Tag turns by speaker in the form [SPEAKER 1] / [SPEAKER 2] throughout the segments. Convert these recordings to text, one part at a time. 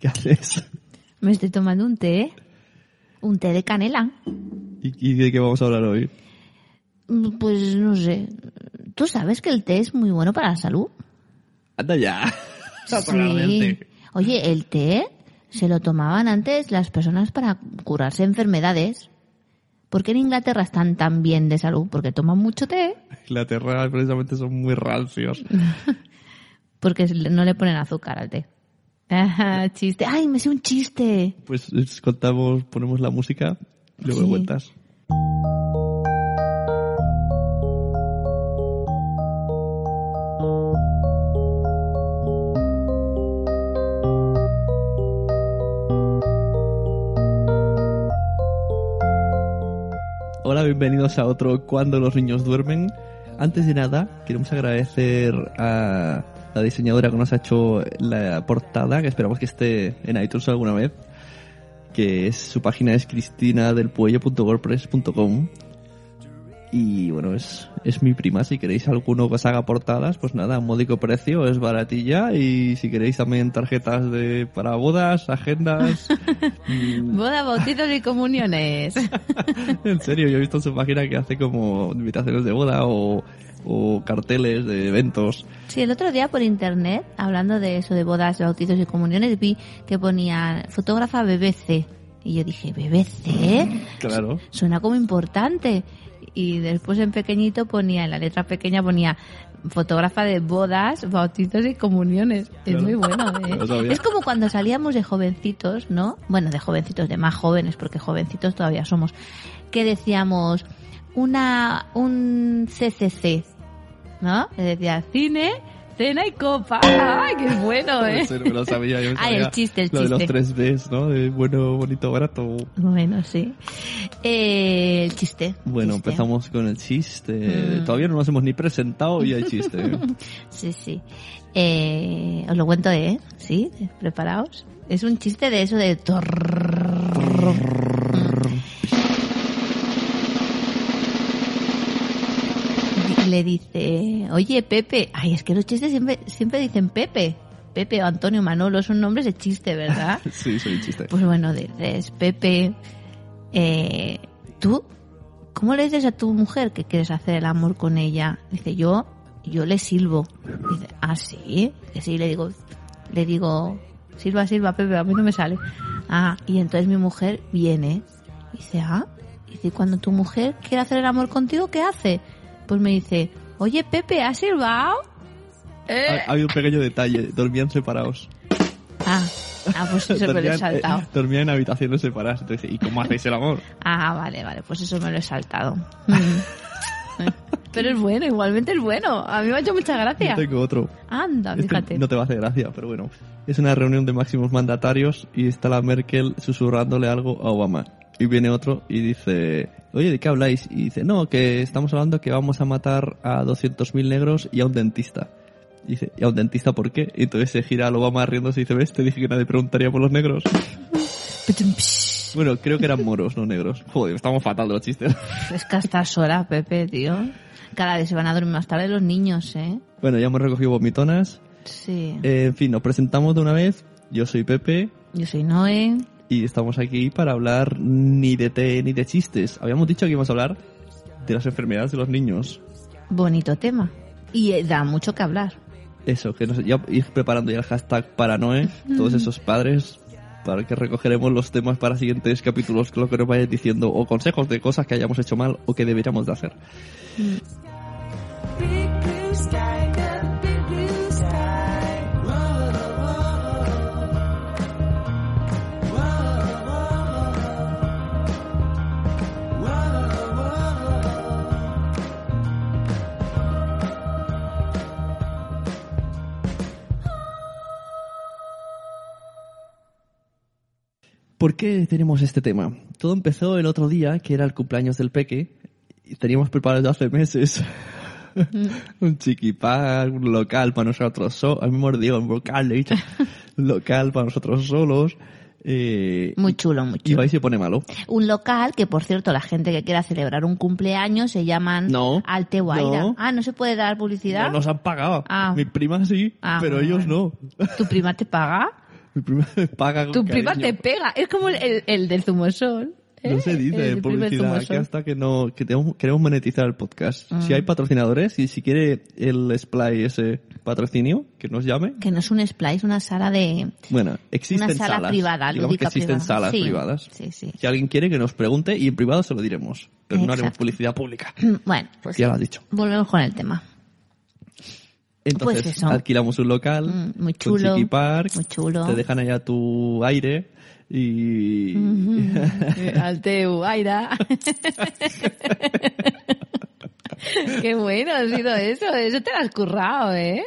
[SPEAKER 1] ¿Qué haces?
[SPEAKER 2] Me estoy tomando un té. Un té de canela.
[SPEAKER 1] ¿Y, y de qué vamos a hablar hoy?
[SPEAKER 2] Mm, Pues no sé. ¿Tú sabes que el té es muy bueno para la salud?
[SPEAKER 1] Anda ya. Vamos a hablar del
[SPEAKER 2] Sí.
[SPEAKER 1] té.
[SPEAKER 2] Oye, el té se lo tomaban antes las personas para curarse enfermedades. ¿Por qué en Inglaterra están tan bien de salud? Porque toman mucho té,
[SPEAKER 1] Inglaterra precisamente son muy rancios.
[SPEAKER 2] porque no le ponen azúcar al té. Ajá, chiste. ¡Ay, me sé un chiste!
[SPEAKER 1] Pues es- contamos, ponemos la música y luego
[SPEAKER 2] Sí.
[SPEAKER 1] vueltas. Hola, bienvenidos a otro Cuando los niños duermen. Antes de nada, queremos agradecer a la diseñadora que nos ha hecho la portada, que esperamos que esté en iTunes alguna vez, que es su página es cristinadelpuello.wordpress.com y bueno, es, es mi prima, si queréis alguno que os haga portadas, pues nada, módico precio, es baratilla y si queréis también tarjetas de para bodas, agendas, mm,
[SPEAKER 2] Boda, bautizos y comuniones.
[SPEAKER 1] en serio, yo he visto en su página que hace como invitaciones de boda o, o carteles de eventos.
[SPEAKER 2] Sí, el otro día por internet, hablando de eso de bodas, bautizos y comuniones, vi que ponía fotógrafa BBC. Y yo dije, ¿BBC?
[SPEAKER 1] Claro.
[SPEAKER 2] Suena como importante. Y después en pequeñito ponía, en la letra pequeña ponía fotógrafa de bodas, bautizos y comuniones.
[SPEAKER 1] Claro.
[SPEAKER 2] Es muy bueno, ¿eh?
[SPEAKER 1] Lo sabía.
[SPEAKER 2] Es como cuando salíamos de jovencitos, ¿no? Bueno, de jovencitos, de más jóvenes, porque jovencitos todavía somos. Que decíamos una un CCC, ¿no? Que decía cine, cena y copa. ¡Ay, qué bueno, eh!
[SPEAKER 1] En serio, me lo sabía, yo me
[SPEAKER 2] Ah, el
[SPEAKER 1] sabía
[SPEAKER 2] chiste, el
[SPEAKER 1] lo de los
[SPEAKER 2] chiste.
[SPEAKER 1] 3Ds, ¿no? De bueno, bonito, barato.
[SPEAKER 2] Bueno, sí. Eh, el chiste.
[SPEAKER 1] Bueno,
[SPEAKER 2] chiste.
[SPEAKER 1] empezamos con el chiste.
[SPEAKER 2] Mm.
[SPEAKER 1] Todavía no nos hemos ni presentado y hay chiste. ¿eh?
[SPEAKER 2] Sí, sí. Eh, os lo cuento, ¿eh? Sí, preparaos. Es un chiste de eso de... Le dice, oye, Pepe. Ay, es que los chistes siempre, siempre dicen Pepe. Pepe o Antonio Manolo son nombres de chiste, ¿verdad?
[SPEAKER 1] sí, soy un chiste.
[SPEAKER 2] Pues bueno, dices, Pepe, eh, ¿tú cómo le dices a tu mujer que quieres hacer el amor con ella? Dice, yo, yo le silbo. Dice, ah, sí, que sí, le digo, le digo, silba, silba, Pepe, a mí no me sale. Ah, y entonces mi mujer viene. Dice, ah, dice, cuando tu mujer quiere hacer el amor contigo, ¿qué hace? Pues me dice, oye, Pepe, ¿has silbado?
[SPEAKER 1] Ha, ha habido un pequeño detalle. Dormían separados.
[SPEAKER 2] Ah, ah pues se me lo he
[SPEAKER 1] Dormían,
[SPEAKER 2] saltado.
[SPEAKER 1] eh, dormían en habitaciones separadas. Entonces, ¿y cómo hacéis el amor?
[SPEAKER 2] Ah, vale, vale, pues eso me lo he saltado. Mm. Pero es bueno, igualmente es bueno. A mí me ha hecho mucha
[SPEAKER 1] Yo
[SPEAKER 2] gracia.
[SPEAKER 1] tengo otro.
[SPEAKER 2] Anda,
[SPEAKER 1] Este
[SPEAKER 2] fíjate.
[SPEAKER 1] no te va a hacer gracia, pero bueno. Es una reunión de máximos mandatarios y está la Merkel susurrándole algo a Obama. Y viene otro y dice, oye, ¿de qué habláis? Y dice, no, que estamos hablando que vamos a matar a 200.000 negros y a un dentista. Y dice, ¿y a un dentista por qué? Y entonces se gira al Obama riéndose y dice, ¿ves? Te dije que nadie preguntaría por los negros.
[SPEAKER 2] Petum, psh.
[SPEAKER 1] Bueno, creo que eran moros, no negros. Joder, estamos fatal de los chistes.
[SPEAKER 2] Es que a estas horas, Pepe, tío. Cada vez se van a dormir más tarde los niños, ¿eh?
[SPEAKER 1] Bueno, ya hemos recogido vomitonas.
[SPEAKER 2] Sí.
[SPEAKER 1] Eh, en fin, nos presentamos de una vez. Yo soy Pepe.
[SPEAKER 2] Yo soy Noé.
[SPEAKER 1] y estamos aquí para hablar ni de té ni de chistes. Habíamos dicho que íbamos a hablar de las enfermedades de los niños.
[SPEAKER 2] Bonito tema. Y eh, da mucho que hablar.
[SPEAKER 1] Eso, que nos, ya ir preparando ya el hashtag para Noé, todos esos padres, para que recogeremos los temas para siguientes capítulos, lo que nos vayan diciendo, o consejos de cosas que hayamos hecho mal o que deberíamos de hacer.
[SPEAKER 3] Big blue sky, the big blue sky.
[SPEAKER 1] ¿Por qué tenemos este tema? Todo empezó el otro día, que era el cumpleaños del Peque, y teníamos preparado ya hace meses un chiquipar, un local para nosotros solos, a mí me mordió un local, le he dicho, un local para nosotros solos, eh,
[SPEAKER 2] Muy chulo, muy
[SPEAKER 1] y
[SPEAKER 2] chulo.
[SPEAKER 1] va y se pone malo.
[SPEAKER 2] Un local que, por cierto, la gente que quiera celebrar un cumpleaños se llaman
[SPEAKER 1] No.
[SPEAKER 2] Alte Guaira.
[SPEAKER 1] No.
[SPEAKER 2] Ah, ¿no se puede dar
[SPEAKER 1] No
[SPEAKER 2] publicidad?
[SPEAKER 1] nos han pagado,
[SPEAKER 2] Ah.
[SPEAKER 1] mi prima sí,
[SPEAKER 2] Ah,
[SPEAKER 1] pero
[SPEAKER 2] bueno.
[SPEAKER 1] ellos no.
[SPEAKER 2] ¿Tu prima te paga?
[SPEAKER 1] Mi prima me paga con
[SPEAKER 2] Tu prima
[SPEAKER 1] cariño.
[SPEAKER 2] te pega. Es como el, el, el del zumosol. ¿eh?
[SPEAKER 1] No se dice publicidad, que hasta que no que tenemos- queremos monetizar el podcast.
[SPEAKER 2] Ah.
[SPEAKER 1] Si hay patrocinadores y si quiere el Splay ese patrocinio, que nos llame.
[SPEAKER 2] Que no es un splice, es una sala de...
[SPEAKER 1] Bueno, existen
[SPEAKER 2] una sala
[SPEAKER 1] salas.
[SPEAKER 2] privada,
[SPEAKER 1] digamos
[SPEAKER 2] lúdica
[SPEAKER 1] que existen
[SPEAKER 2] privada.
[SPEAKER 1] salas
[SPEAKER 2] Sí,
[SPEAKER 1] privadas.
[SPEAKER 2] Sí, sí.
[SPEAKER 1] Si alguien quiere que nos pregunte y en privado se lo diremos, pero no haremos
[SPEAKER 2] Exacto.
[SPEAKER 1] publicidad pública.
[SPEAKER 2] Bueno, pues
[SPEAKER 1] ya lo has dicho.
[SPEAKER 2] volvemos con el tema.
[SPEAKER 1] Entonces
[SPEAKER 2] Pues eso.
[SPEAKER 1] alquilamos un local,
[SPEAKER 2] Mm, muy
[SPEAKER 1] con
[SPEAKER 2] chulo,
[SPEAKER 1] Chiqui Park,
[SPEAKER 2] muy chulo.
[SPEAKER 1] te dejan allá tu aire y
[SPEAKER 2] Al teu, Aira. Qué bueno ha sido eso. Eso te lo has currado, ¿eh?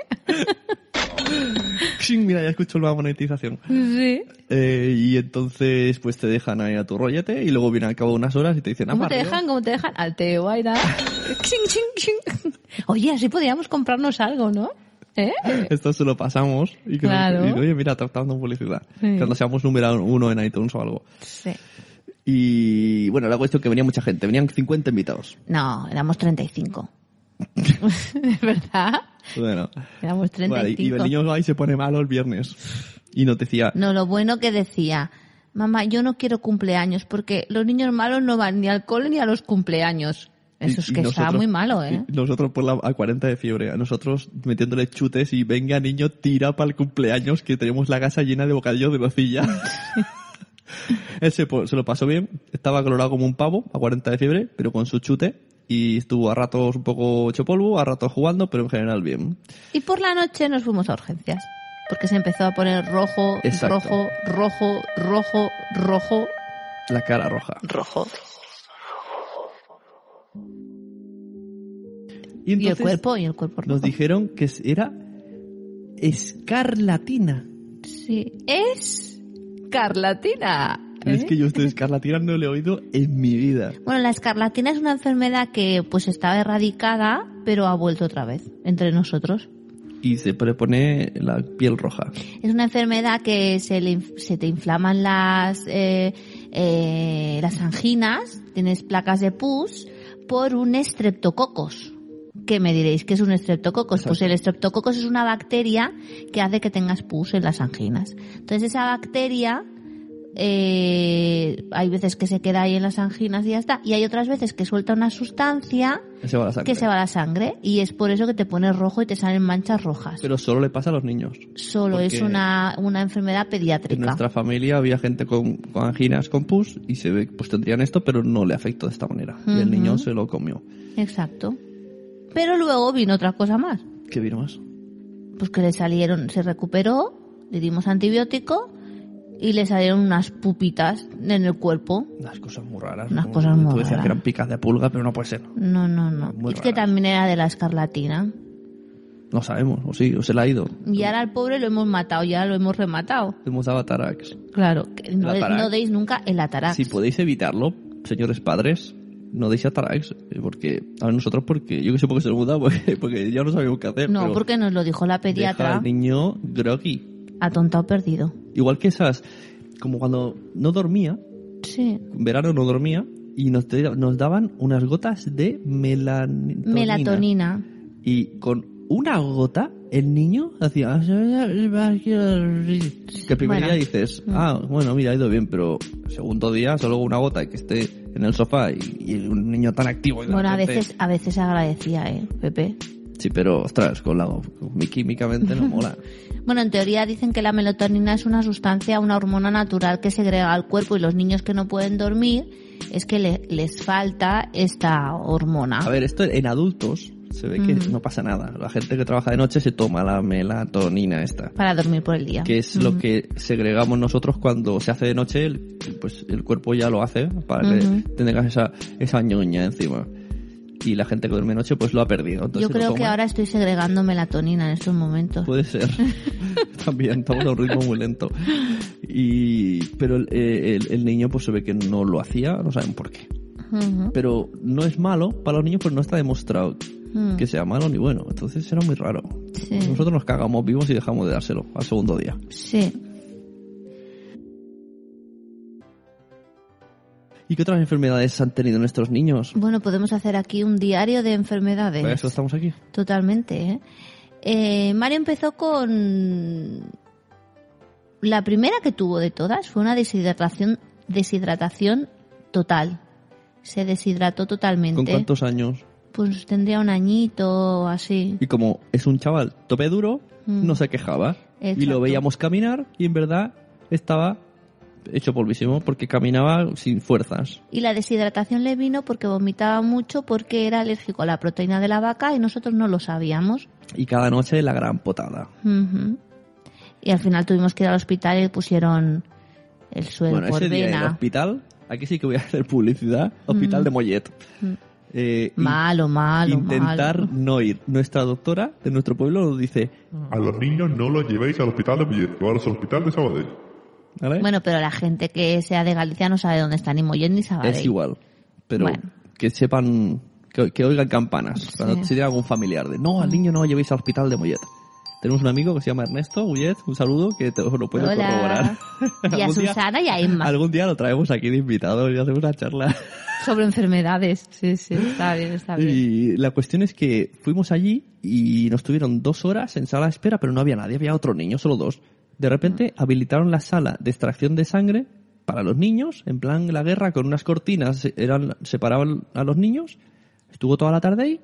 [SPEAKER 1] ¡Xing! mira ya escucho la monetización.
[SPEAKER 2] Sí.
[SPEAKER 1] Eh, y entonces pues te dejan ahí a tu rollete y luego vienen al cabo de unas horas y te dicen
[SPEAKER 2] ¿Cómo
[SPEAKER 1] "Ah,
[SPEAKER 2] te
[SPEAKER 1] barrio".
[SPEAKER 2] dejan? ¿Cómo te dejan? Al teu, Aira. Ching, ching, ching. Oye, así podríamos comprarnos algo, ¿no? ¿Eh?
[SPEAKER 1] Esto se lo pasamos y que nos-
[SPEAKER 2] Claro.
[SPEAKER 1] y, oye mira tratando publicidad
[SPEAKER 2] Sí.
[SPEAKER 1] cuando seamos número uno en iTunes o algo
[SPEAKER 2] Sí.
[SPEAKER 1] y bueno la cuestión que venía mucha gente venían 50 invitados
[SPEAKER 2] No, éramos 35. ¿Es verdad?
[SPEAKER 1] bueno
[SPEAKER 2] Éramos
[SPEAKER 1] Vale,
[SPEAKER 2] 35.
[SPEAKER 1] y el niño ahí se pone malo el viernes y nos decía
[SPEAKER 2] No, lo bueno que decía, mamá, yo no quiero cumpleaños porque los niños malos no van ni al cole ni a los cumpleaños.
[SPEAKER 1] y-
[SPEAKER 2] Eso es
[SPEAKER 1] y
[SPEAKER 2] que estaba
[SPEAKER 1] nosotros-
[SPEAKER 2] muy malo, ¿eh?
[SPEAKER 1] y Nosotros por la a 40 de fiebre, a nosotros metiéndole chutes y venga niño, tira para el cumpleaños que tenemos la casa llena de bocadillos de nocilla. Él se, po- se lo pasó bien, estaba colorado como un pavo a 40 de fiebre, pero con su chute y estuvo a ratos un poco hecho polvo, a ratos jugando, pero en general bien.
[SPEAKER 2] Y por la noche nos fuimos a urgencias porque se empezó a poner rojo,
[SPEAKER 1] Exacto.
[SPEAKER 2] rojo, rojo, rojo, rojo,
[SPEAKER 1] La cara roja.
[SPEAKER 2] rojo.
[SPEAKER 1] Y,
[SPEAKER 2] Y el
[SPEAKER 1] entonces
[SPEAKER 2] cuerpo, y el cuerpo rojo.
[SPEAKER 1] Nos dijeron que era escarlatina.
[SPEAKER 2] Sí, es carlatina.
[SPEAKER 1] Pero Es
[SPEAKER 2] ¿eh?
[SPEAKER 1] que yo estoy escarlatina no le he oído en mi vida.
[SPEAKER 2] Bueno, la escarlatina es una enfermedad que pues estaba erradicada, pero ha vuelto otra vez entre nosotros.
[SPEAKER 1] Y se pone la piel roja.
[SPEAKER 2] Es una enfermedad que se, le inf- se te inflaman las, eh, eh, las anginas, tienes placas de pus por un estreptococos. ¿Qué me diréis? ¿Qué es un estreptococos? Pues
[SPEAKER 1] Exacto.
[SPEAKER 2] el estreptococos es una bacteria que hace que tengas pus en las anginas. Entonces esa bacteria eh, hay veces que se queda ahí en las anginas y ya está. Y hay otras veces que suelta una sustancia
[SPEAKER 1] Se va la sangre.
[SPEAKER 2] que se va a la sangre y es por eso que te pones rojo y te salen manchas rojas
[SPEAKER 1] Pero solo le pasa a los niños.
[SPEAKER 2] solo
[SPEAKER 1] Porque
[SPEAKER 2] es una, una enfermedad
[SPEAKER 1] En
[SPEAKER 2] pediátrica.
[SPEAKER 1] nuestra familia había gente con, con anginas, con pus, y se ve que pues tendrían esto, pero no le afectó de esta manera. Y el
[SPEAKER 2] Ujú.
[SPEAKER 1] niño se lo comió.
[SPEAKER 2] Exacto. Pero luego vino otra cosa más.
[SPEAKER 1] ¿Qué vino más?
[SPEAKER 2] Pues que le salieron, se recuperó, le dimos antibiótico y le salieron unas pupitas en el cuerpo.
[SPEAKER 1] Unas cosas muy raras.
[SPEAKER 2] Unas
[SPEAKER 1] ¿no?
[SPEAKER 2] cosas muy
[SPEAKER 1] Tú decías
[SPEAKER 2] raras.
[SPEAKER 1] que eran picas de pulga, pero no puede ser.
[SPEAKER 2] No, no, no.
[SPEAKER 1] Muy
[SPEAKER 2] es que
[SPEAKER 1] raras.
[SPEAKER 2] también era de la escarlatina.
[SPEAKER 1] No sabemos, o sí, o se la ha ido.
[SPEAKER 2] Y ahora al pobre lo hemos matado, ya lo hemos rematado.
[SPEAKER 1] Hemos dado a Tarax.
[SPEAKER 2] Claro, que no,
[SPEAKER 1] El Atarax.
[SPEAKER 2] no deis nunca el atarax.
[SPEAKER 1] Si podéis evitarlo, señores padres, no deis a Tarax, eh, porque a nosotros, porque yo que sé por qué se lo muda, porque, porque ya no sabíamos qué hacer.
[SPEAKER 2] no,
[SPEAKER 1] pero
[SPEAKER 2] porque nos lo dijo la
[SPEAKER 1] Deja
[SPEAKER 2] pediatra.
[SPEAKER 1] al niño groggy.
[SPEAKER 2] Atontado perdido.
[SPEAKER 1] Igual que esas, como cuando no dormía,
[SPEAKER 2] Sí.
[SPEAKER 1] verano no dormía y nos, te- nos daban unas gotas de melatonina.
[SPEAKER 2] Melatonina.
[SPEAKER 1] Y con una gota el niño hacía... "Ah, Que el primer
[SPEAKER 2] Bueno. Mm.
[SPEAKER 1] día dices, ah, bueno, mira, ha ido bien, pero segundo día solo una gota y que esté en el sofá y, y un niño tan activo. y de
[SPEAKER 2] Bueno, a
[SPEAKER 1] repente-
[SPEAKER 2] veces, a veces agradecía, eh, Pepe.
[SPEAKER 1] Sí, pero ostras, con la... Con, mi- químicamente no mola.
[SPEAKER 2] Bueno, en teoría dicen que la melatonina es una sustancia, una hormona natural que segrega al cuerpo y los niños que no pueden dormir es que le- les falta esta hormona.
[SPEAKER 1] A ver, esto en adultos se ve que
[SPEAKER 2] Ujú.
[SPEAKER 1] no pasa nada. La gente que trabaja de noche se toma la melatonina esta.
[SPEAKER 2] Para dormir por el día.
[SPEAKER 1] que es lo que segregamos nosotros cuando se hace de noche, el- pues el cuerpo ya lo hace para que
[SPEAKER 2] Ujú.
[SPEAKER 1] tengas esa, esa ñoña encima. Y la gente que duerme de noche pues lo ha perdido. Entonces
[SPEAKER 2] Yo creo
[SPEAKER 1] lo
[SPEAKER 2] que
[SPEAKER 1] toma. Pues,
[SPEAKER 2] ahora estoy segregando melatonina en estos momentos.
[SPEAKER 1] Puede ser. También estamos a un ritmo muy lento. Y, pero el, el- el niño pues se ve que no lo hacía, no saben por qué.
[SPEAKER 2] Ujú,
[SPEAKER 1] Pero no es malo para los niños, pues no está demostrado
[SPEAKER 2] ujú.
[SPEAKER 1] que sea malo ni bueno. Entonces era muy raro.
[SPEAKER 2] Sí.
[SPEAKER 1] Nosotros nos cagamos vivos y dejamos de dárselo al segundo día.
[SPEAKER 2] Sí.
[SPEAKER 1] ¿Y qué otras enfermedades han tenido nuestros niños?
[SPEAKER 2] Bueno, podemos hacer aquí un diario de enfermedades.
[SPEAKER 1] Para eso estamos aquí.
[SPEAKER 2] Totalmente, ¿eh? Eh, Mario empezó con La primera que tuvo de todas fue una deshidratación, deshidratación total. Se deshidrató totalmente.
[SPEAKER 1] ¿Con cuántos años?
[SPEAKER 2] Pues tendría un añito o así.
[SPEAKER 1] Y como es un chaval tope duro,
[SPEAKER 2] Mm.
[SPEAKER 1] no se quejaba. Y
[SPEAKER 2] Exacto.
[SPEAKER 1] lo veíamos caminar y en verdad estaba hecho polvísimo porque caminaba sin fuerzas.
[SPEAKER 2] Y la deshidratación le vino porque vomitaba mucho porque era alérgico a la proteína de la vaca y nosotros no lo sabíamos.
[SPEAKER 1] Y cada noche la gran potada.
[SPEAKER 2] Ujú. Y al final tuvimos que ir al hospital y le pusieron el suelo
[SPEAKER 1] bueno,
[SPEAKER 2] Pues, por
[SPEAKER 1] ese día en el
[SPEAKER 2] vena.
[SPEAKER 1] hospital, aquí sí que voy a hacer publicidad, Hospital
[SPEAKER 2] Mm.
[SPEAKER 1] de Mollet.
[SPEAKER 2] Mm.
[SPEAKER 1] Eh, in-
[SPEAKER 2] Malo, malo,
[SPEAKER 1] intentar
[SPEAKER 2] malo.
[SPEAKER 1] no ir. Nuestra doctora de nuestro pueblo nos dice,
[SPEAKER 4] A los niños no los llevéis al hospital de Mollet, o al hospital de Sabadell.
[SPEAKER 1] ¿vale?
[SPEAKER 2] Bueno, pero la gente que sea de Galicia no sabe dónde está ni Mollet ni Sabadell.
[SPEAKER 1] es igual, pero
[SPEAKER 2] Bueno.
[SPEAKER 1] que sepan, que, que oigan campanas. Cuando Si tiene algún familiar de, no, al niño no lo llevéis al Hospital de Mollet. Tenemos un amigo que se llama Ernesto Ullet, un saludo que te os lo puede
[SPEAKER 2] Hola.
[SPEAKER 1] corroborar.
[SPEAKER 2] Y a
[SPEAKER 1] Algún día-
[SPEAKER 2] Susana y a Emma.
[SPEAKER 1] Algún día lo traemos aquí de invitado y hacemos una charla.
[SPEAKER 2] Sobre enfermedades. Sí, sí, está bien, está bien.
[SPEAKER 1] Y la cuestión es que fuimos allí y nos tuvieron dos horas en sala de espera, pero no había nadie, había otro niño, solo dos. De repente habilitaron la sala de extracción de sangre para los niños, en plan la guerra, con unas cortinas, eran, separaban a los niños. Estuvo toda la tarde ahí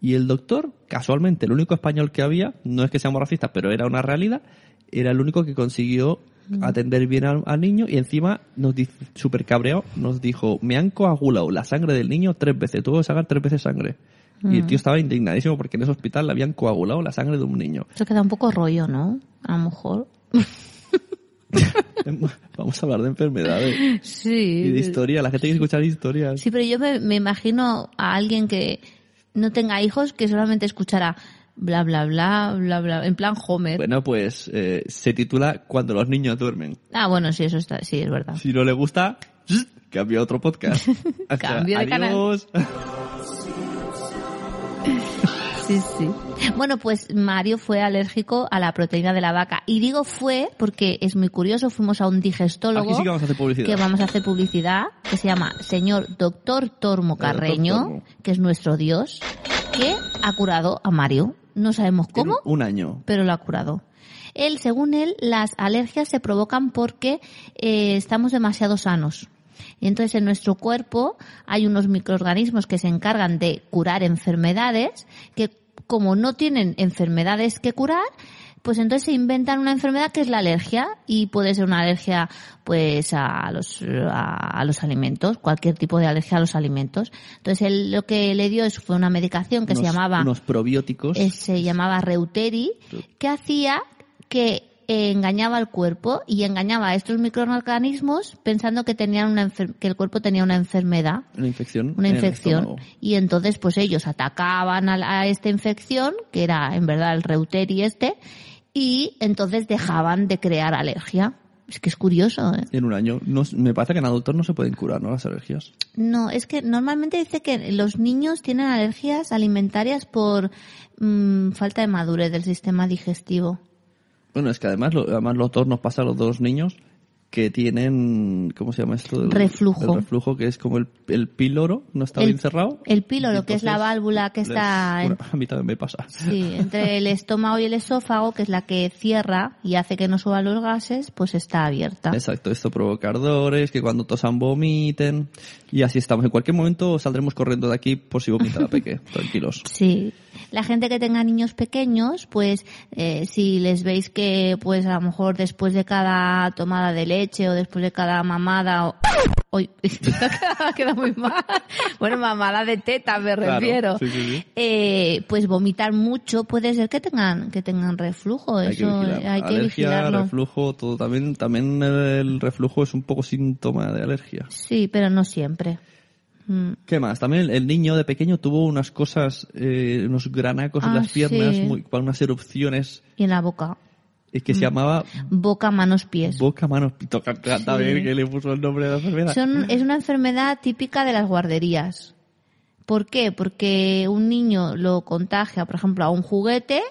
[SPEAKER 1] y el doctor, casualmente, el único español que había, no es que seamos racistas, pero era una realidad, era el único que consiguió
[SPEAKER 2] Mm.
[SPEAKER 1] atender bien al, al niño y encima nos dice, super cabreado, nos dijo, me han coagulado la sangre del niño tres veces, tuvo que sacar tres veces sangre. Y
[SPEAKER 2] Mm.
[SPEAKER 1] el tío estaba indignadísimo porque en ese hospital le habían coagulado la sangre de un niño.
[SPEAKER 2] Eso queda un poco rollo, ¿no? A lo mejor.
[SPEAKER 1] Vamos a hablar de enfermedades
[SPEAKER 2] Sí.
[SPEAKER 1] y de historia, la gente quiere escuchar historias.
[SPEAKER 2] Sí, pero yo me, me imagino a alguien que no tenga hijos que solamente escuchará bla, bla, bla, bla, bla, en plan Homer.
[SPEAKER 1] Bueno, pues eh, se titula Cuando los niños duermen.
[SPEAKER 2] Ah, bueno, sí, eso está, sí, es verdad.
[SPEAKER 1] Si no le gusta, cambia a otro podcast. Hasta-
[SPEAKER 2] Cambio de canal.
[SPEAKER 1] adiós.
[SPEAKER 2] Sí, sí. Bueno, pues Mario fue alérgico a la proteína de la vaca. Y digo fue porque es muy curioso, fuimos a un digestólogo.
[SPEAKER 1] Aquí sí que vamos a hacer publicidad.
[SPEAKER 2] que vamos a hacer publicidad, que se llama señor doctor Tormo
[SPEAKER 1] Doctor
[SPEAKER 2] Carreño,
[SPEAKER 1] Tormo.
[SPEAKER 2] que es nuestro dios, que ha curado a Mario. No sabemos
[SPEAKER 1] Tiene
[SPEAKER 2] cómo,
[SPEAKER 1] Un año.
[SPEAKER 2] pero lo ha curado. Él, según él, las alergias se provocan porque eh, estamos demasiado sanos. Y entonces en nuestro cuerpo hay unos microorganismos que se encargan de curar enfermedades, que como no tienen enfermedades que curar, pues entonces se inventan una enfermedad que es la alergia y puede ser una alergia pues a los, a, a los alimentos, cualquier tipo de alergia a los alimentos. Entonces él lo que le dio es- fue una medicación que se
[SPEAKER 1] Unos-
[SPEAKER 2] llamaba
[SPEAKER 1] Unos probióticos.
[SPEAKER 2] eh, se llamaba Reuteri, que hacía que eh, engañaba al cuerpo y engañaba a estos microorganismos pensando que tenían una enfer- que el cuerpo tenía una enfermedad,
[SPEAKER 1] Una infección.
[SPEAKER 2] una
[SPEAKER 1] en el
[SPEAKER 2] infección,
[SPEAKER 1] estómago.
[SPEAKER 2] y entonces pues ellos atacaban a, la- a esta infección, que era en verdad el Reuteri este, y entonces dejaban de crear alergia. Es que es curioso, ¿eh?
[SPEAKER 1] En un año. No s- me parece que en adultos no se pueden curar, ¿no? Las alergias.
[SPEAKER 2] No, es que normalmente dice que los niños tienen alergias alimentarias por mm, falta de madurez del sistema digestivo.
[SPEAKER 1] Bueno, es que además, lo- además los dos nos pasa a los dos niños que tienen, ¿cómo se llama esto? El,
[SPEAKER 2] Reflujo.
[SPEAKER 1] El reflujo, que es como el, el píloro, no está
[SPEAKER 2] El-
[SPEAKER 1] bien cerrado.
[SPEAKER 2] el píloro, que es la
[SPEAKER 1] Entonces,
[SPEAKER 2] válvula que está
[SPEAKER 1] les-
[SPEAKER 2] en-
[SPEAKER 1] bueno, a mí también me pasa.
[SPEAKER 2] Sí, entre el estómago y el esófago, que es la que cierra y hace que no suban los gases, pues está abierta.
[SPEAKER 1] Exacto, esto provoca ardores, que cuando tosan vomiten. Y así estamos. En cualquier momento saldremos corriendo de aquí por si vomita la peque. Tranquilos.
[SPEAKER 2] Sí. La gente que tenga niños pequeños, pues eh, si les veis que pues a lo mejor después de cada tomada de leche o después de cada mamada o... Uy, queda muy mal. Bueno, mamada de teta me
[SPEAKER 1] Claro,
[SPEAKER 2] refiero.
[SPEAKER 1] sí, sí, sí.
[SPEAKER 2] Eh, pues vomitar mucho puede ser que tengan que tengan reflujo,
[SPEAKER 1] Hay que
[SPEAKER 2] eso eh,
[SPEAKER 1] vigilar.
[SPEAKER 2] hay que
[SPEAKER 1] alergia,
[SPEAKER 2] vigilarlo.
[SPEAKER 1] reflujo, todo. También, también el reflujo es un poco síntoma de alergia.
[SPEAKER 2] Sí, pero no siempre. Mm.
[SPEAKER 1] ¿Qué más? También el, el niño de pequeño tuvo unas cosas, eh, unos granacos
[SPEAKER 2] Ah,
[SPEAKER 1] en las piernas,
[SPEAKER 2] sí.
[SPEAKER 1] muy, para unas erupciones
[SPEAKER 2] Y en la boca.
[SPEAKER 1] eh,
[SPEAKER 2] Mm.
[SPEAKER 1] que se llamaba
[SPEAKER 2] Boca, manos, pies.
[SPEAKER 1] boca, manos, pito. Canta bien que le puso el nombre de la enfermedad.
[SPEAKER 2] Son, es una enfermedad típica de las guarderías. ¿Por qué? Porque un niño lo contagia, por ejemplo, a un juguete,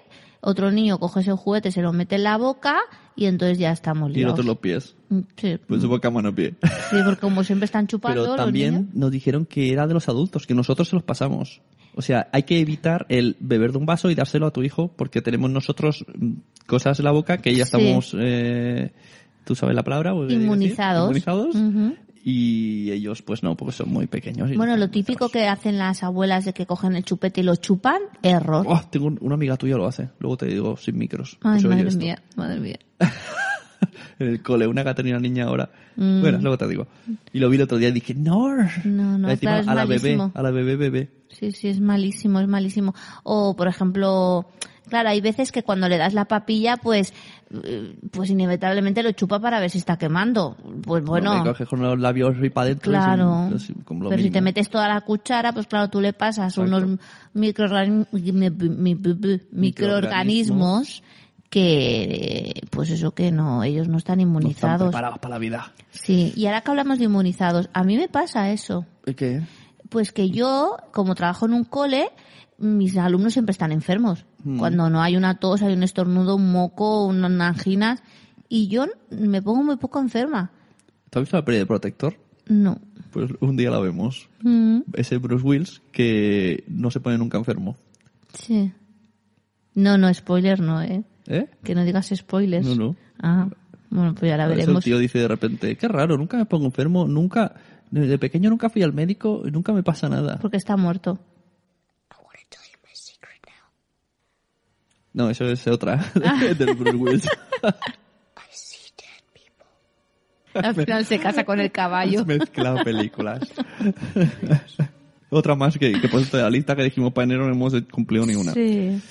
[SPEAKER 2] otro niño coge ese juguete, se lo mete en la boca y entonces ya estamos
[SPEAKER 1] y el
[SPEAKER 2] liados.
[SPEAKER 1] otro los pies.
[SPEAKER 2] Sí,
[SPEAKER 1] Pues boca, mano, pie.
[SPEAKER 2] sí, porque como siempre están chupando
[SPEAKER 1] Pero
[SPEAKER 2] los niños.
[SPEAKER 1] también nos dijeron que era de los adultos, que nosotros se los pasamos. O sea, hay que evitar el beber de un vaso y dárselo a tu hijo porque tenemos nosotros mm, cosas en la boca que ya
[SPEAKER 2] Sí.
[SPEAKER 1] estamos eh, ¿Tú sabes la palabra? Voy a decir,
[SPEAKER 2] Inmunizados.
[SPEAKER 1] Inmunizados.
[SPEAKER 2] Ujú.
[SPEAKER 1] Y ellos, pues no, porque son muy pequeños. y
[SPEAKER 2] Bueno,
[SPEAKER 1] no
[SPEAKER 2] lo
[SPEAKER 1] están
[SPEAKER 2] típico
[SPEAKER 1] inmunizados.
[SPEAKER 2] que hacen las abuelas de que cogen el chupete y lo chupan, error.
[SPEAKER 1] Oh, tengo un- una amiga tuya lo hace. Luego te digo sin micros.
[SPEAKER 2] Ay,
[SPEAKER 1] Se oye
[SPEAKER 2] madre
[SPEAKER 1] esto.
[SPEAKER 2] mía, madre mía.
[SPEAKER 1] En el cole, una gata y una niña ahora.
[SPEAKER 2] Mm.
[SPEAKER 1] Bueno, luego te digo. Y lo vi el otro día y dije, no.
[SPEAKER 2] No, no,
[SPEAKER 1] Y encima
[SPEAKER 2] claro, es
[SPEAKER 1] a la bebé,
[SPEAKER 2] malísimo.
[SPEAKER 1] a la bebé, bebé.
[SPEAKER 2] Sí, sí, es malísimo, es malísimo. O, por ejemplo, claro, hay veces que cuando le das la papilla, pues, eh, pues inevitablemente lo chupa para ver si está quemando. Pues bueno,
[SPEAKER 1] Le coges con los labios y para adentro. y es un-
[SPEAKER 2] claro.
[SPEAKER 1] es un- como lo
[SPEAKER 2] Pero si
[SPEAKER 1] mismo.
[SPEAKER 2] te metes toda la cuchara, pues claro, tú le pasas
[SPEAKER 1] Exacto.
[SPEAKER 2] unos microorgan- mi- mi- mi- microorganismos que, pues eso que no, ellos no están
[SPEAKER 1] No están
[SPEAKER 2] inmunizados.
[SPEAKER 1] preparados para la vida.
[SPEAKER 2] sí, y ahora que hablamos de inmunizados, a mí me pasa eso.
[SPEAKER 1] ¿Y ¿Qué?
[SPEAKER 2] Pues que yo, como trabajo en un cole, mis alumnos siempre están enfermos.
[SPEAKER 1] Mm.
[SPEAKER 2] Cuando no hay una tos, hay un estornudo, un moco, unas anginas. Y yo me pongo muy poco enferma.
[SPEAKER 1] ¿Te has visto la peli de Protector?
[SPEAKER 2] No.
[SPEAKER 1] Pues un día la vemos.
[SPEAKER 2] Mm,
[SPEAKER 1] Ese Bruce Wills que no se pone nunca enfermo.
[SPEAKER 2] sí. No, no, spoiler no, ¿eh?
[SPEAKER 1] ¿Eh?
[SPEAKER 2] Que no digas spoilers.
[SPEAKER 1] No, no.
[SPEAKER 2] Ah, bueno, pues ya la
[SPEAKER 1] A veces
[SPEAKER 2] veremos.
[SPEAKER 1] El tío dice de repente, qué raro, nunca me pongo enfermo, nunca, de pequeño nunca fui al médico, y nunca me pasa nada.
[SPEAKER 2] Porque está muerto.
[SPEAKER 1] No, eso es otra,
[SPEAKER 2] Ah.
[SPEAKER 1] del Bruce Wills.
[SPEAKER 2] Al final se casa con el caballo.
[SPEAKER 1] Has mezclado películas. otra más que, que por cierto, de la lista que dijimos para enero no hemos cumplido ni una.
[SPEAKER 2] Sí.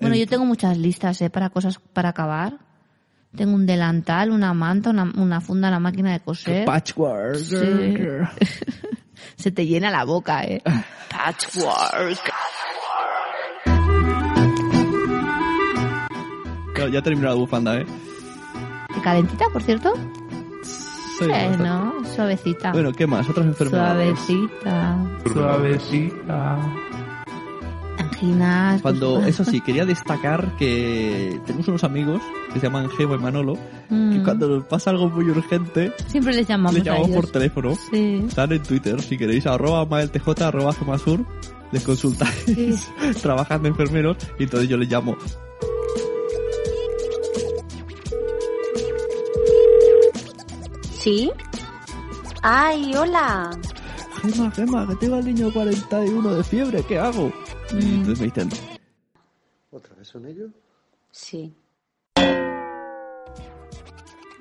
[SPEAKER 2] Bueno, yo tengo muchas listas, ¿eh? Para cosas para acabar. Tengo un delantal, una manta, una, una funda, una máquina de coser.
[SPEAKER 1] Patchwork.
[SPEAKER 2] ¿Eh? Sí. Se te llena la boca, ¿eh? Patchwork.
[SPEAKER 1] Ya, ya terminó la bufanda, ¿eh?
[SPEAKER 2] ¿Qué calentita, por cierto?
[SPEAKER 1] Sí,
[SPEAKER 2] Sí,
[SPEAKER 1] bastante.
[SPEAKER 2] ¿no? Suavecita.
[SPEAKER 1] Bueno, ¿qué más? Otras enfermedades.
[SPEAKER 2] Suavecita.
[SPEAKER 1] Suavecita.
[SPEAKER 2] Anginas.
[SPEAKER 1] Cuando,
[SPEAKER 2] pues,
[SPEAKER 1] eso sí, quería destacar que tenemos unos amigos que se llaman Gema y Manolo, que
[SPEAKER 2] mm,
[SPEAKER 1] cuando nos pasa algo muy urgente,
[SPEAKER 2] Siempre les llamamos
[SPEAKER 1] les llamamos
[SPEAKER 2] a
[SPEAKER 1] por
[SPEAKER 2] ellos.
[SPEAKER 1] teléfono.
[SPEAKER 2] Sí.
[SPEAKER 1] Están en Twitter, si queréis, arroba maeltj, arroba gemasur, les consultáis,
[SPEAKER 2] Sí.
[SPEAKER 1] trabajan de enfermeros, y entonces yo les llamo.
[SPEAKER 5] ¿Sí? ¡Ay, hola!
[SPEAKER 1] Gema, Gema, que tengo al niño 41 de fiebre, ¿qué hago? Y
[SPEAKER 2] Mm.
[SPEAKER 1] entonces me dicen,
[SPEAKER 6] ¿Otra vez son ellos?
[SPEAKER 5] Sí.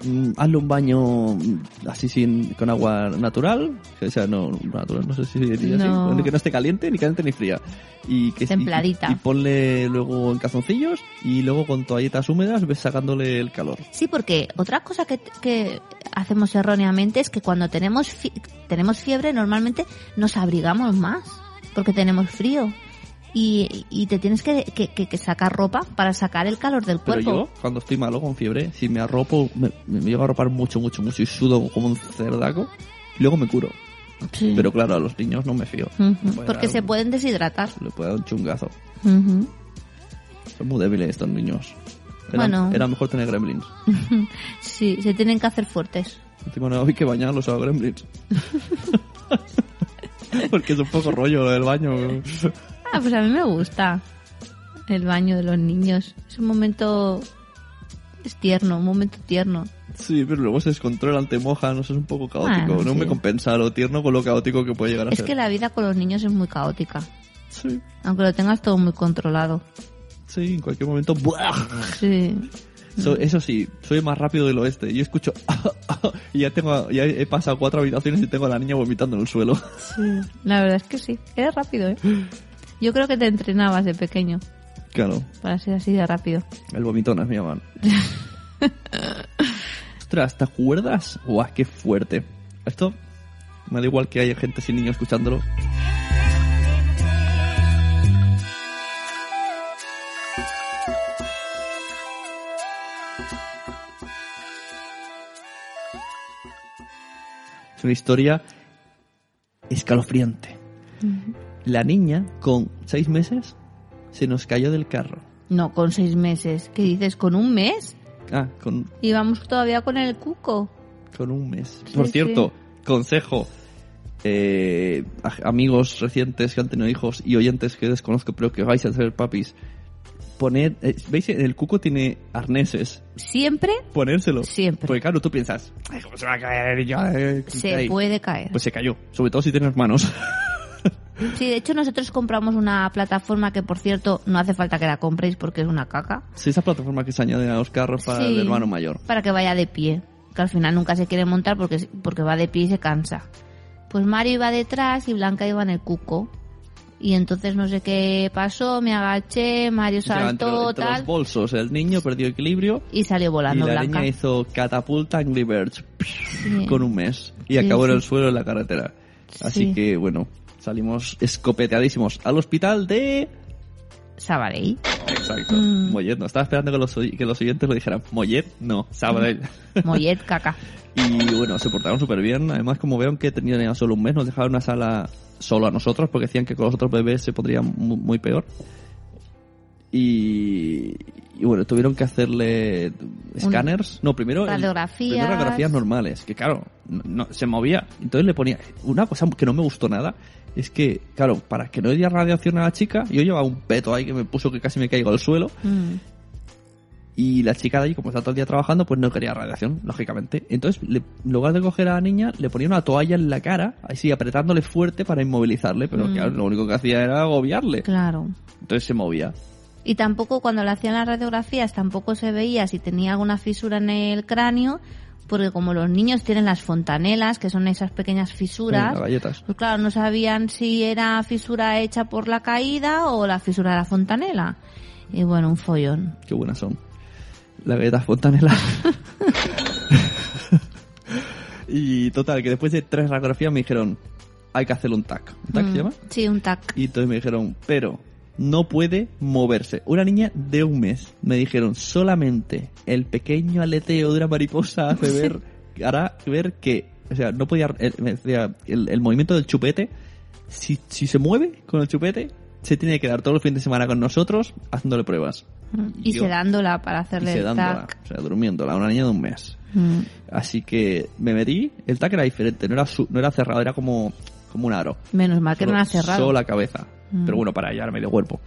[SPEAKER 1] mm, hazle un baño mm, así sin, con agua natural, o sea, no, natural, no sé si diría
[SPEAKER 2] No.
[SPEAKER 1] así, que no esté caliente, ni caliente ni fría. Y que y-
[SPEAKER 2] Templadita.
[SPEAKER 1] Y, ponle luego en calzoncillos y luego con toallitas húmedas ves sacándole el calor.
[SPEAKER 2] Sí, porque otra cosa que, que hacemos erróneamente es que cuando tenemos fi- tenemos fiebre normalmente nos abrigamos más porque tenemos frío y, y te tienes que, que- que- que sacar ropa para sacar el calor del
[SPEAKER 1] Pero
[SPEAKER 2] cuerpo.
[SPEAKER 1] yo, cuando estoy malo con fiebre, si me arropo, me, me llevo a arropar mucho, mucho, mucho y sudo como un cerdaco, y luego me curo.
[SPEAKER 2] Sí.
[SPEAKER 1] Pero claro, a los niños no me fío.
[SPEAKER 2] Ujú,
[SPEAKER 1] Puede
[SPEAKER 2] porque
[SPEAKER 1] dar
[SPEAKER 2] se
[SPEAKER 1] un-
[SPEAKER 2] pueden deshidratar.
[SPEAKER 1] Le puede dar un chungazo.
[SPEAKER 2] Ujú.
[SPEAKER 1] Son muy débiles estos niños. Era,
[SPEAKER 2] Bueno.
[SPEAKER 1] era mejor tener gremlins.
[SPEAKER 2] Sí, se tienen que hacer fuertes.
[SPEAKER 1] Encima no hay que bañarlos a gremlins. Porque es un poco rollo lo del baño.
[SPEAKER 2] Ah, pues a mí me gusta el baño de los niños. Es un momento... Es tierno, un momento tierno.
[SPEAKER 1] Sí, pero luego se descontrolan, te mojan, no sé, es un poco caótico.
[SPEAKER 2] Bueno,
[SPEAKER 1] no
[SPEAKER 2] Ah, sí.
[SPEAKER 1] me compensa lo tierno con lo caótico que puede llegar a
[SPEAKER 2] Es
[SPEAKER 1] ser.
[SPEAKER 2] que la vida con los niños es muy caótica.
[SPEAKER 1] Sí,
[SPEAKER 2] Aunque lo tengas todo muy controlado.
[SPEAKER 1] sí, en cualquier momento. ¡buah!
[SPEAKER 2] Sí.
[SPEAKER 1] So- eso sí, soy más rápido del oeste. Yo escucho y ya tengo, ya he pasado cuatro habitaciones y tengo a la niña vomitando en el suelo.
[SPEAKER 2] La verdad es que sí. Eres rápido, ¿eh? Yo creo que te entrenabas de pequeño
[SPEAKER 1] Claro,
[SPEAKER 2] para ser así de rápido.
[SPEAKER 1] el vomitón me llaman. Ostras, ¿te acuerdas? Guau, qué fuerte. Esto me da igual que haya gente sin niños escuchándolo. Es una historia escalofriante. La niña, con seis meses, se nos cayó del carro.
[SPEAKER 2] No, con seis meses. ¿Qué dices? ¿Con un mes?
[SPEAKER 1] Ah, con,
[SPEAKER 2] Y vamos todavía con el cuco.
[SPEAKER 1] con un mes.
[SPEAKER 2] Sí,
[SPEAKER 1] Por
[SPEAKER 2] sí.
[SPEAKER 1] cierto, consejo. eh, a- amigos recientes que han tenido hijos y oyentes que desconozco, pero que vais a ser papis, poner... eh, ¿Veis? El cuco tiene arneses.
[SPEAKER 2] Siempre
[SPEAKER 1] Ponérselo.
[SPEAKER 2] Siempre.
[SPEAKER 1] Porque claro, tú piensas, "Ay, ¿cómo se va a caer? Yo, eh,
[SPEAKER 2] se
[SPEAKER 1] ahí".
[SPEAKER 2] puede caer.
[SPEAKER 1] Pues se cayó. Sobre todo si tienes manos.
[SPEAKER 2] Sí, de hecho nosotros compramos una plataforma que, por cierto, no hace falta que la compréis porque es una caca.
[SPEAKER 1] Sí, esa plataforma que se añade a los carros para
[SPEAKER 2] Sí.
[SPEAKER 1] el hermano mayor.
[SPEAKER 2] Para que vaya de pie. Que al final nunca se quiere montar porque, porque va de pie y se cansa. Pues Mario iba detrás y Blanca iba en el cuco. Y entonces no sé qué pasó, me agaché, Mario
[SPEAKER 1] Se va entre,
[SPEAKER 2] saltó,
[SPEAKER 1] entre
[SPEAKER 2] tal.
[SPEAKER 1] los bolsos, el niño perdió equilibrio
[SPEAKER 2] Y salió
[SPEAKER 1] y
[SPEAKER 2] volando
[SPEAKER 1] la
[SPEAKER 2] Blanca.
[SPEAKER 1] niña hizo catapulta Angry Birds
[SPEAKER 2] Sí.
[SPEAKER 1] con un mes y
[SPEAKER 2] Sí,
[SPEAKER 1] acabó en
[SPEAKER 2] sí.
[SPEAKER 1] el suelo en la carretera. Así
[SPEAKER 2] Sí.
[SPEAKER 1] que, bueno, salimos escopeteadísimos al hospital de...
[SPEAKER 2] Sabadell.
[SPEAKER 1] Exacto,
[SPEAKER 2] Mm.
[SPEAKER 1] Mollet. No, estaba esperando que los, oy- que los oyentes lo dijeran. Mollet, no, Sabadell.
[SPEAKER 2] Mollet, caca.
[SPEAKER 1] Y bueno, se portaron súper bien. Además, como vieron que tenían solo un mes, nos dejaron una sala solo a nosotros porque decían que con los otros bebés se podría mu- muy, peor. Y, y bueno, tuvieron que hacerle escáners. No, primero. el-
[SPEAKER 2] Radiografías.
[SPEAKER 1] primero radiografías normales, que claro, no, no- se movía. Entonces le ponía. Una cosa que no me gustó nada es que, claro, para que no diera radiación a la chica, yo llevaba un peto ahí que me puso que casi me caigo al suelo.
[SPEAKER 2] Mm.
[SPEAKER 1] Y la chica de allí, como está todo el día trabajando, pues no quería radiación, lógicamente. Entonces, le- en lugar de coger a la niña, le ponía una toalla en la cara, así apretándole fuerte para inmovilizarle, pero
[SPEAKER 2] Mm.
[SPEAKER 1] claro, lo único que hacía era agobiarle.
[SPEAKER 2] Claro.
[SPEAKER 1] Entonces se movía.
[SPEAKER 2] Y tampoco cuando le hacían las radiografías tampoco se veía si tenía alguna fisura en el cráneo, porque como los niños tienen las fontanelas, que son esas pequeñas
[SPEAKER 1] Eh,
[SPEAKER 2] fisuras,
[SPEAKER 1] las galletas.
[SPEAKER 2] pues claro, no sabían si era fisura hecha por la caída o la fisura de la fontanela. Y bueno, un follón.
[SPEAKER 1] Qué buenas son. Las galletas fontanelas. y total, que después de tres radiografías me dijeron, hay que hacerle un tac. ¿Un tac
[SPEAKER 2] Mm,
[SPEAKER 1] se llama?
[SPEAKER 2] Sí, un tac.
[SPEAKER 1] Y entonces me dijeron, pero no puede moverse. Una niña de un mes. Me dijeron, solamente el pequeño aleteo de una mariposa hace ver, hará ver que, o sea, no podía, el, me decía, el- el movimiento del chupete, si, si se mueve con el chupete, se tiene que quedar todos los fines de semana con nosotros haciéndole pruebas.
[SPEAKER 2] Mm, Y
[SPEAKER 1] Yo-
[SPEAKER 2] sedándola para
[SPEAKER 1] Y
[SPEAKER 2] hacerle el
[SPEAKER 1] sedándola,
[SPEAKER 2] tac.
[SPEAKER 1] o sea, durmiéndola, una niña de un mes.
[SPEAKER 2] Mm,
[SPEAKER 1] Así que me metí, el tac era diferente, no era, su- no era cerrado, era como, como un aro
[SPEAKER 2] Menos mal que no
[SPEAKER 1] solo-
[SPEAKER 2] la cerrado.
[SPEAKER 1] Solo la cabeza.
[SPEAKER 2] Mm.
[SPEAKER 1] Pero bueno, para hallar medio cuerpo.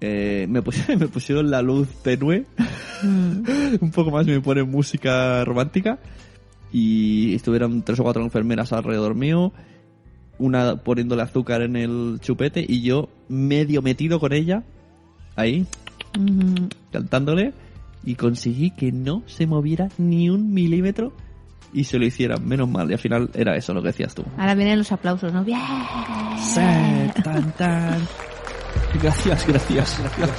[SPEAKER 1] Eh, me, pus- me pusieron la luz tenue.
[SPEAKER 2] Mm,
[SPEAKER 1] Un poco más me ponen música romántica. Y estuvieron tres o cuatro enfermeras alrededor mío. Una poniéndole azúcar en el chupete. Y yo medio metido con ella. Ahí,
[SPEAKER 2] mm.
[SPEAKER 1] cantándole. Y conseguí que no se moviera ni un milímetro. Y se lo hicieran, menos mal. Y al final era eso lo que decías tú.
[SPEAKER 2] Ahora vienen los aplausos, ¿no? Bien.
[SPEAKER 1] Sí, tan, tan. Gracias, gracias, gracias.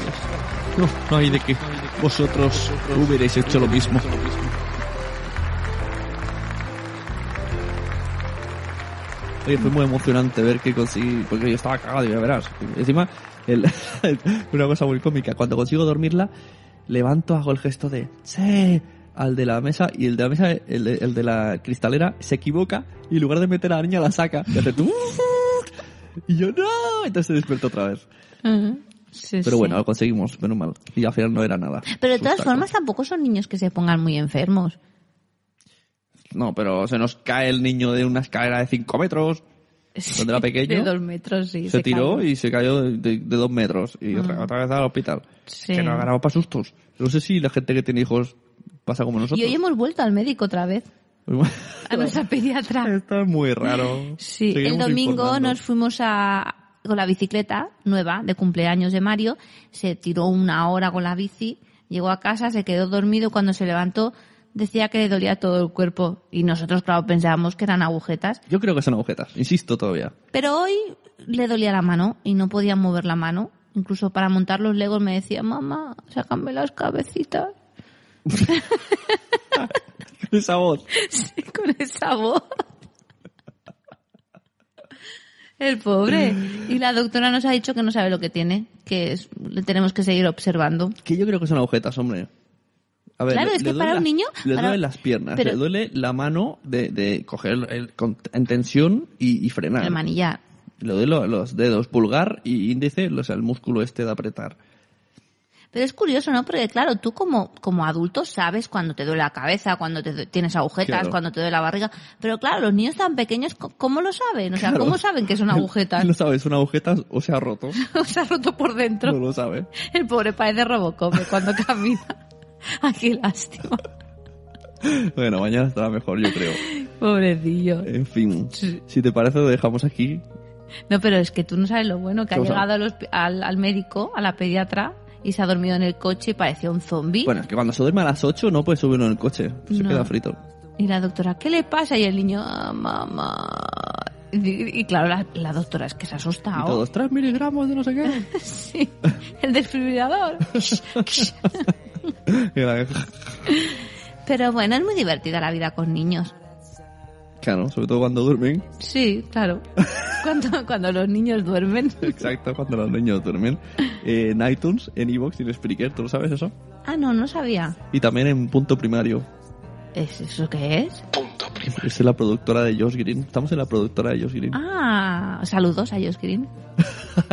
[SPEAKER 1] No, no hay de qué. Vosotros hubierais hecho lo mismo. Oye, fue muy emocionante ver que conseguí, porque yo estaba cagado, ya verás. Encima, el- una cosa muy cómica, cuando consigo dormirla, levanto, hago el gesto de ¡Sí! al de la mesa y el de la mesa, el, de- el de la cristalera, se equivoca y en lugar de meter a la niña la saca y hace tú. Y yo no, entonces se despertó otra vez.
[SPEAKER 2] Ujú. Sí,
[SPEAKER 1] Pero
[SPEAKER 2] Pues sí.
[SPEAKER 1] bueno, lo conseguimos, menos mal. Y al final no era nada.
[SPEAKER 2] Pero de
[SPEAKER 1] Sus
[SPEAKER 2] todas
[SPEAKER 1] tacos.
[SPEAKER 2] formas tampoco son niños que se pongan muy enfermos.
[SPEAKER 1] No, pero se nos cae el niño de una escalera de 5 metros. Cuando era pequeño,
[SPEAKER 2] De dos metros, sí.
[SPEAKER 1] Se, tiró y se cayó de, de dos metros y otra, otra vez al hospital.
[SPEAKER 2] Ah. Sí.
[SPEAKER 1] Que no agarraba para sustos. No sé si la gente que tiene hijos pasa como nosotros.
[SPEAKER 2] Y hoy hemos vuelto al médico otra vez. A nuestra pediatra.
[SPEAKER 1] Esto es muy raro.
[SPEAKER 2] Sí, el
[SPEAKER 1] Seguiremos
[SPEAKER 2] domingo
[SPEAKER 1] informando.
[SPEAKER 2] nos fuimos a con la bicicleta nueva de cumpleaños de Mario, se tiró una hora con la bici, llegó a casa, se quedó dormido, cuando se levantó decía que le dolía todo el cuerpo y nosotros claro pensábamos que eran agujetas,
[SPEAKER 1] Yo creo que son agujetas, insisto todavía.
[SPEAKER 2] Pero hoy le dolía la mano y no podía mover la mano. Incluso para montar los legos me decía, mamá, sácame las cabecitas.
[SPEAKER 1] Esa voz.
[SPEAKER 2] Sí, con esa voz. El pobre. Y la doctora nos ha dicho que no sabe lo que tiene, que es- le tenemos que seguir observando.
[SPEAKER 1] Que yo creo que son agujetas, hombre. A ver,
[SPEAKER 2] Claro,
[SPEAKER 1] le-
[SPEAKER 2] es
[SPEAKER 1] le
[SPEAKER 2] que
[SPEAKER 1] duele
[SPEAKER 2] para un
[SPEAKER 1] las-
[SPEAKER 2] niño,
[SPEAKER 1] Le
[SPEAKER 2] para-
[SPEAKER 1] duelen las piernas,
[SPEAKER 2] pero-
[SPEAKER 1] le duele la mano de, de coger el, con- en tensión y, y frenar.
[SPEAKER 2] El manillar.
[SPEAKER 1] Le duele lo- los dedos, pulgar y índice, o sea, el músculo este de apretar.
[SPEAKER 2] Pero es curioso, ¿no? Porque claro, tú como, como adulto sabes cuando te duele la cabeza, cuando te du- tienes agujetas,
[SPEAKER 1] Claro.
[SPEAKER 2] cuando te duele la barriga. Pero claro, los niños tan pequeños, co- ¿cómo lo saben? O sea,
[SPEAKER 1] Claro.
[SPEAKER 2] ¿cómo saben que son agujetas?
[SPEAKER 1] No sabes, son agujetas o se ha roto.
[SPEAKER 2] Se ha roto por dentro.
[SPEAKER 1] No lo sabes.
[SPEAKER 2] El pobre parece Robocop de cuando camina. Ay, qué lástima.
[SPEAKER 1] Bueno, mañana estará mejor, yo creo.
[SPEAKER 2] Pobrecillo.
[SPEAKER 1] En fin,
[SPEAKER 2] Sí.
[SPEAKER 1] si te parece, lo dejamos aquí.
[SPEAKER 2] No, pero es que tú no sabes lo bueno, que ha
[SPEAKER 1] ¿Cómo
[SPEAKER 2] llegado al, hospi- al, al médico, a la pediatra, y se ha dormido en el coche y parecía un zombi.
[SPEAKER 1] Bueno, es que cuando se duerme a las 8 no puedes subirlo en el coche. Se
[SPEAKER 2] No.
[SPEAKER 1] queda frito.
[SPEAKER 2] Y la doctora, ¿qué le pasa? Y el niño, "Ah, mamá. Y, y claro, la, la doctora es que se ha
[SPEAKER 1] Y
[SPEAKER 2] asustado.
[SPEAKER 1] todos, 3 miligramos de no sé qué.
[SPEAKER 2] Sí, el desfibrilador.
[SPEAKER 1] Y la-
[SPEAKER 2] pero bueno, es muy divertida la vida con niños.
[SPEAKER 1] claro, sobre todo cuando duermen.
[SPEAKER 2] Sí, claro. Cuando, cuando los niños duermen.
[SPEAKER 1] Exacto, cuando los niños duermen. Eh, en iTunes, en Evox y en Spreaker, ¿tú lo sabes eso?
[SPEAKER 2] Ah, no, no sabía.
[SPEAKER 1] Y también en Punto Primario.
[SPEAKER 2] ¿Es ¿Eso qué es?
[SPEAKER 1] Es la productora de Josh Green. Estamos en la productora de Josh Green.
[SPEAKER 2] Ah, saludos a Josh Green.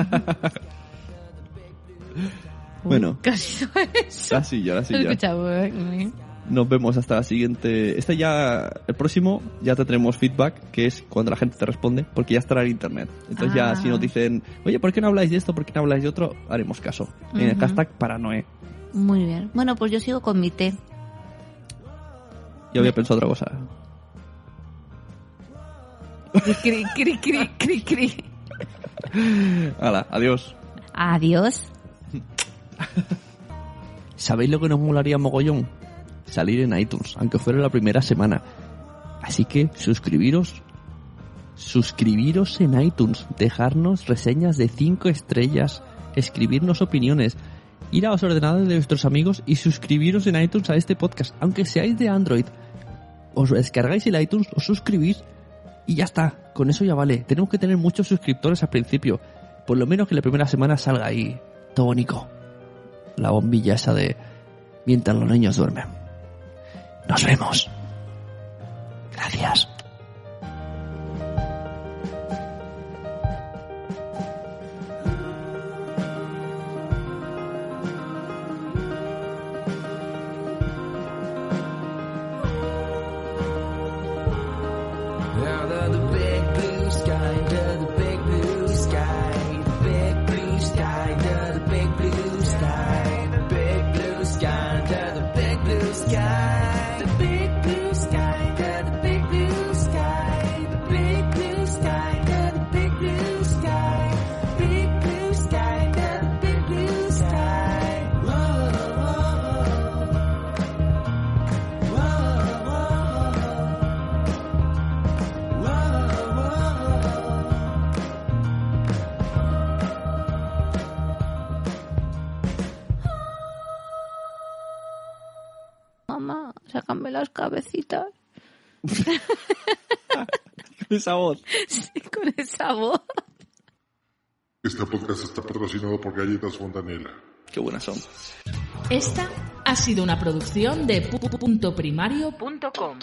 [SPEAKER 1] Bueno.
[SPEAKER 2] Casi eso.
[SPEAKER 1] Ah, sí, ya, ahora sí, ya.
[SPEAKER 2] Escucha, bueno.
[SPEAKER 1] Nos vemos hasta la siguiente. Este ya, el próximo, ya te tenemos feedback, que es cuando la gente te responde, porque ya estará en internet. Entonces
[SPEAKER 2] Ah.
[SPEAKER 1] ya si nos dicen, oye, ¿por qué no habláis de esto? ¿Por qué no habláis de otro? Haremos caso. En el
[SPEAKER 2] Ujú.
[SPEAKER 1] hashtag Paranoe.
[SPEAKER 2] Muy bien. Bueno, pues yo sigo con mi té.
[SPEAKER 1] Yo había pensado otra cosa.
[SPEAKER 2] Cri, cri, cri, cri, cri.
[SPEAKER 1] Hala, adiós.
[SPEAKER 2] Adiós.
[SPEAKER 1] ¿Sabéis lo que nos molaría mogollón? Salir en iTunes, aunque fuera la primera semana. Así que suscribiros. Suscribiros en iTunes, dejarnos reseñas de 5 estrellas, escribirnos opiniones, ir a los ordenadores de vuestros amigos y suscribiros en iTunes a este podcast, aunque seáis de Android. Os descargáis el iTunes, os suscribís y ya está. Con eso ya vale. Tenemos que tener muchos suscriptores al principio. Por lo menos que la primera semana salga ahí. Todo bonito la bombilla esa de mientras los niños duermen. Nos vemos. Gracias.
[SPEAKER 7] Out of the big blue sky, under the big blue sky, the big blue sky, under the big blue sky, the big blue sky, under the big blue sky, the big blue sky, under the big blue sky, the big blue sky, under the big blue sky, big blue sky, under the big blue sky.
[SPEAKER 2] Mamá, sácame las cabecitas.
[SPEAKER 1] Esa voz.
[SPEAKER 2] Sí, con esa voz.
[SPEAKER 4] Este podcast está patrocinado por Galletas Fontanela.
[SPEAKER 1] Qué buenas son.
[SPEAKER 8] Esta ha sido una producción de pu- pu- puntoprimario.com.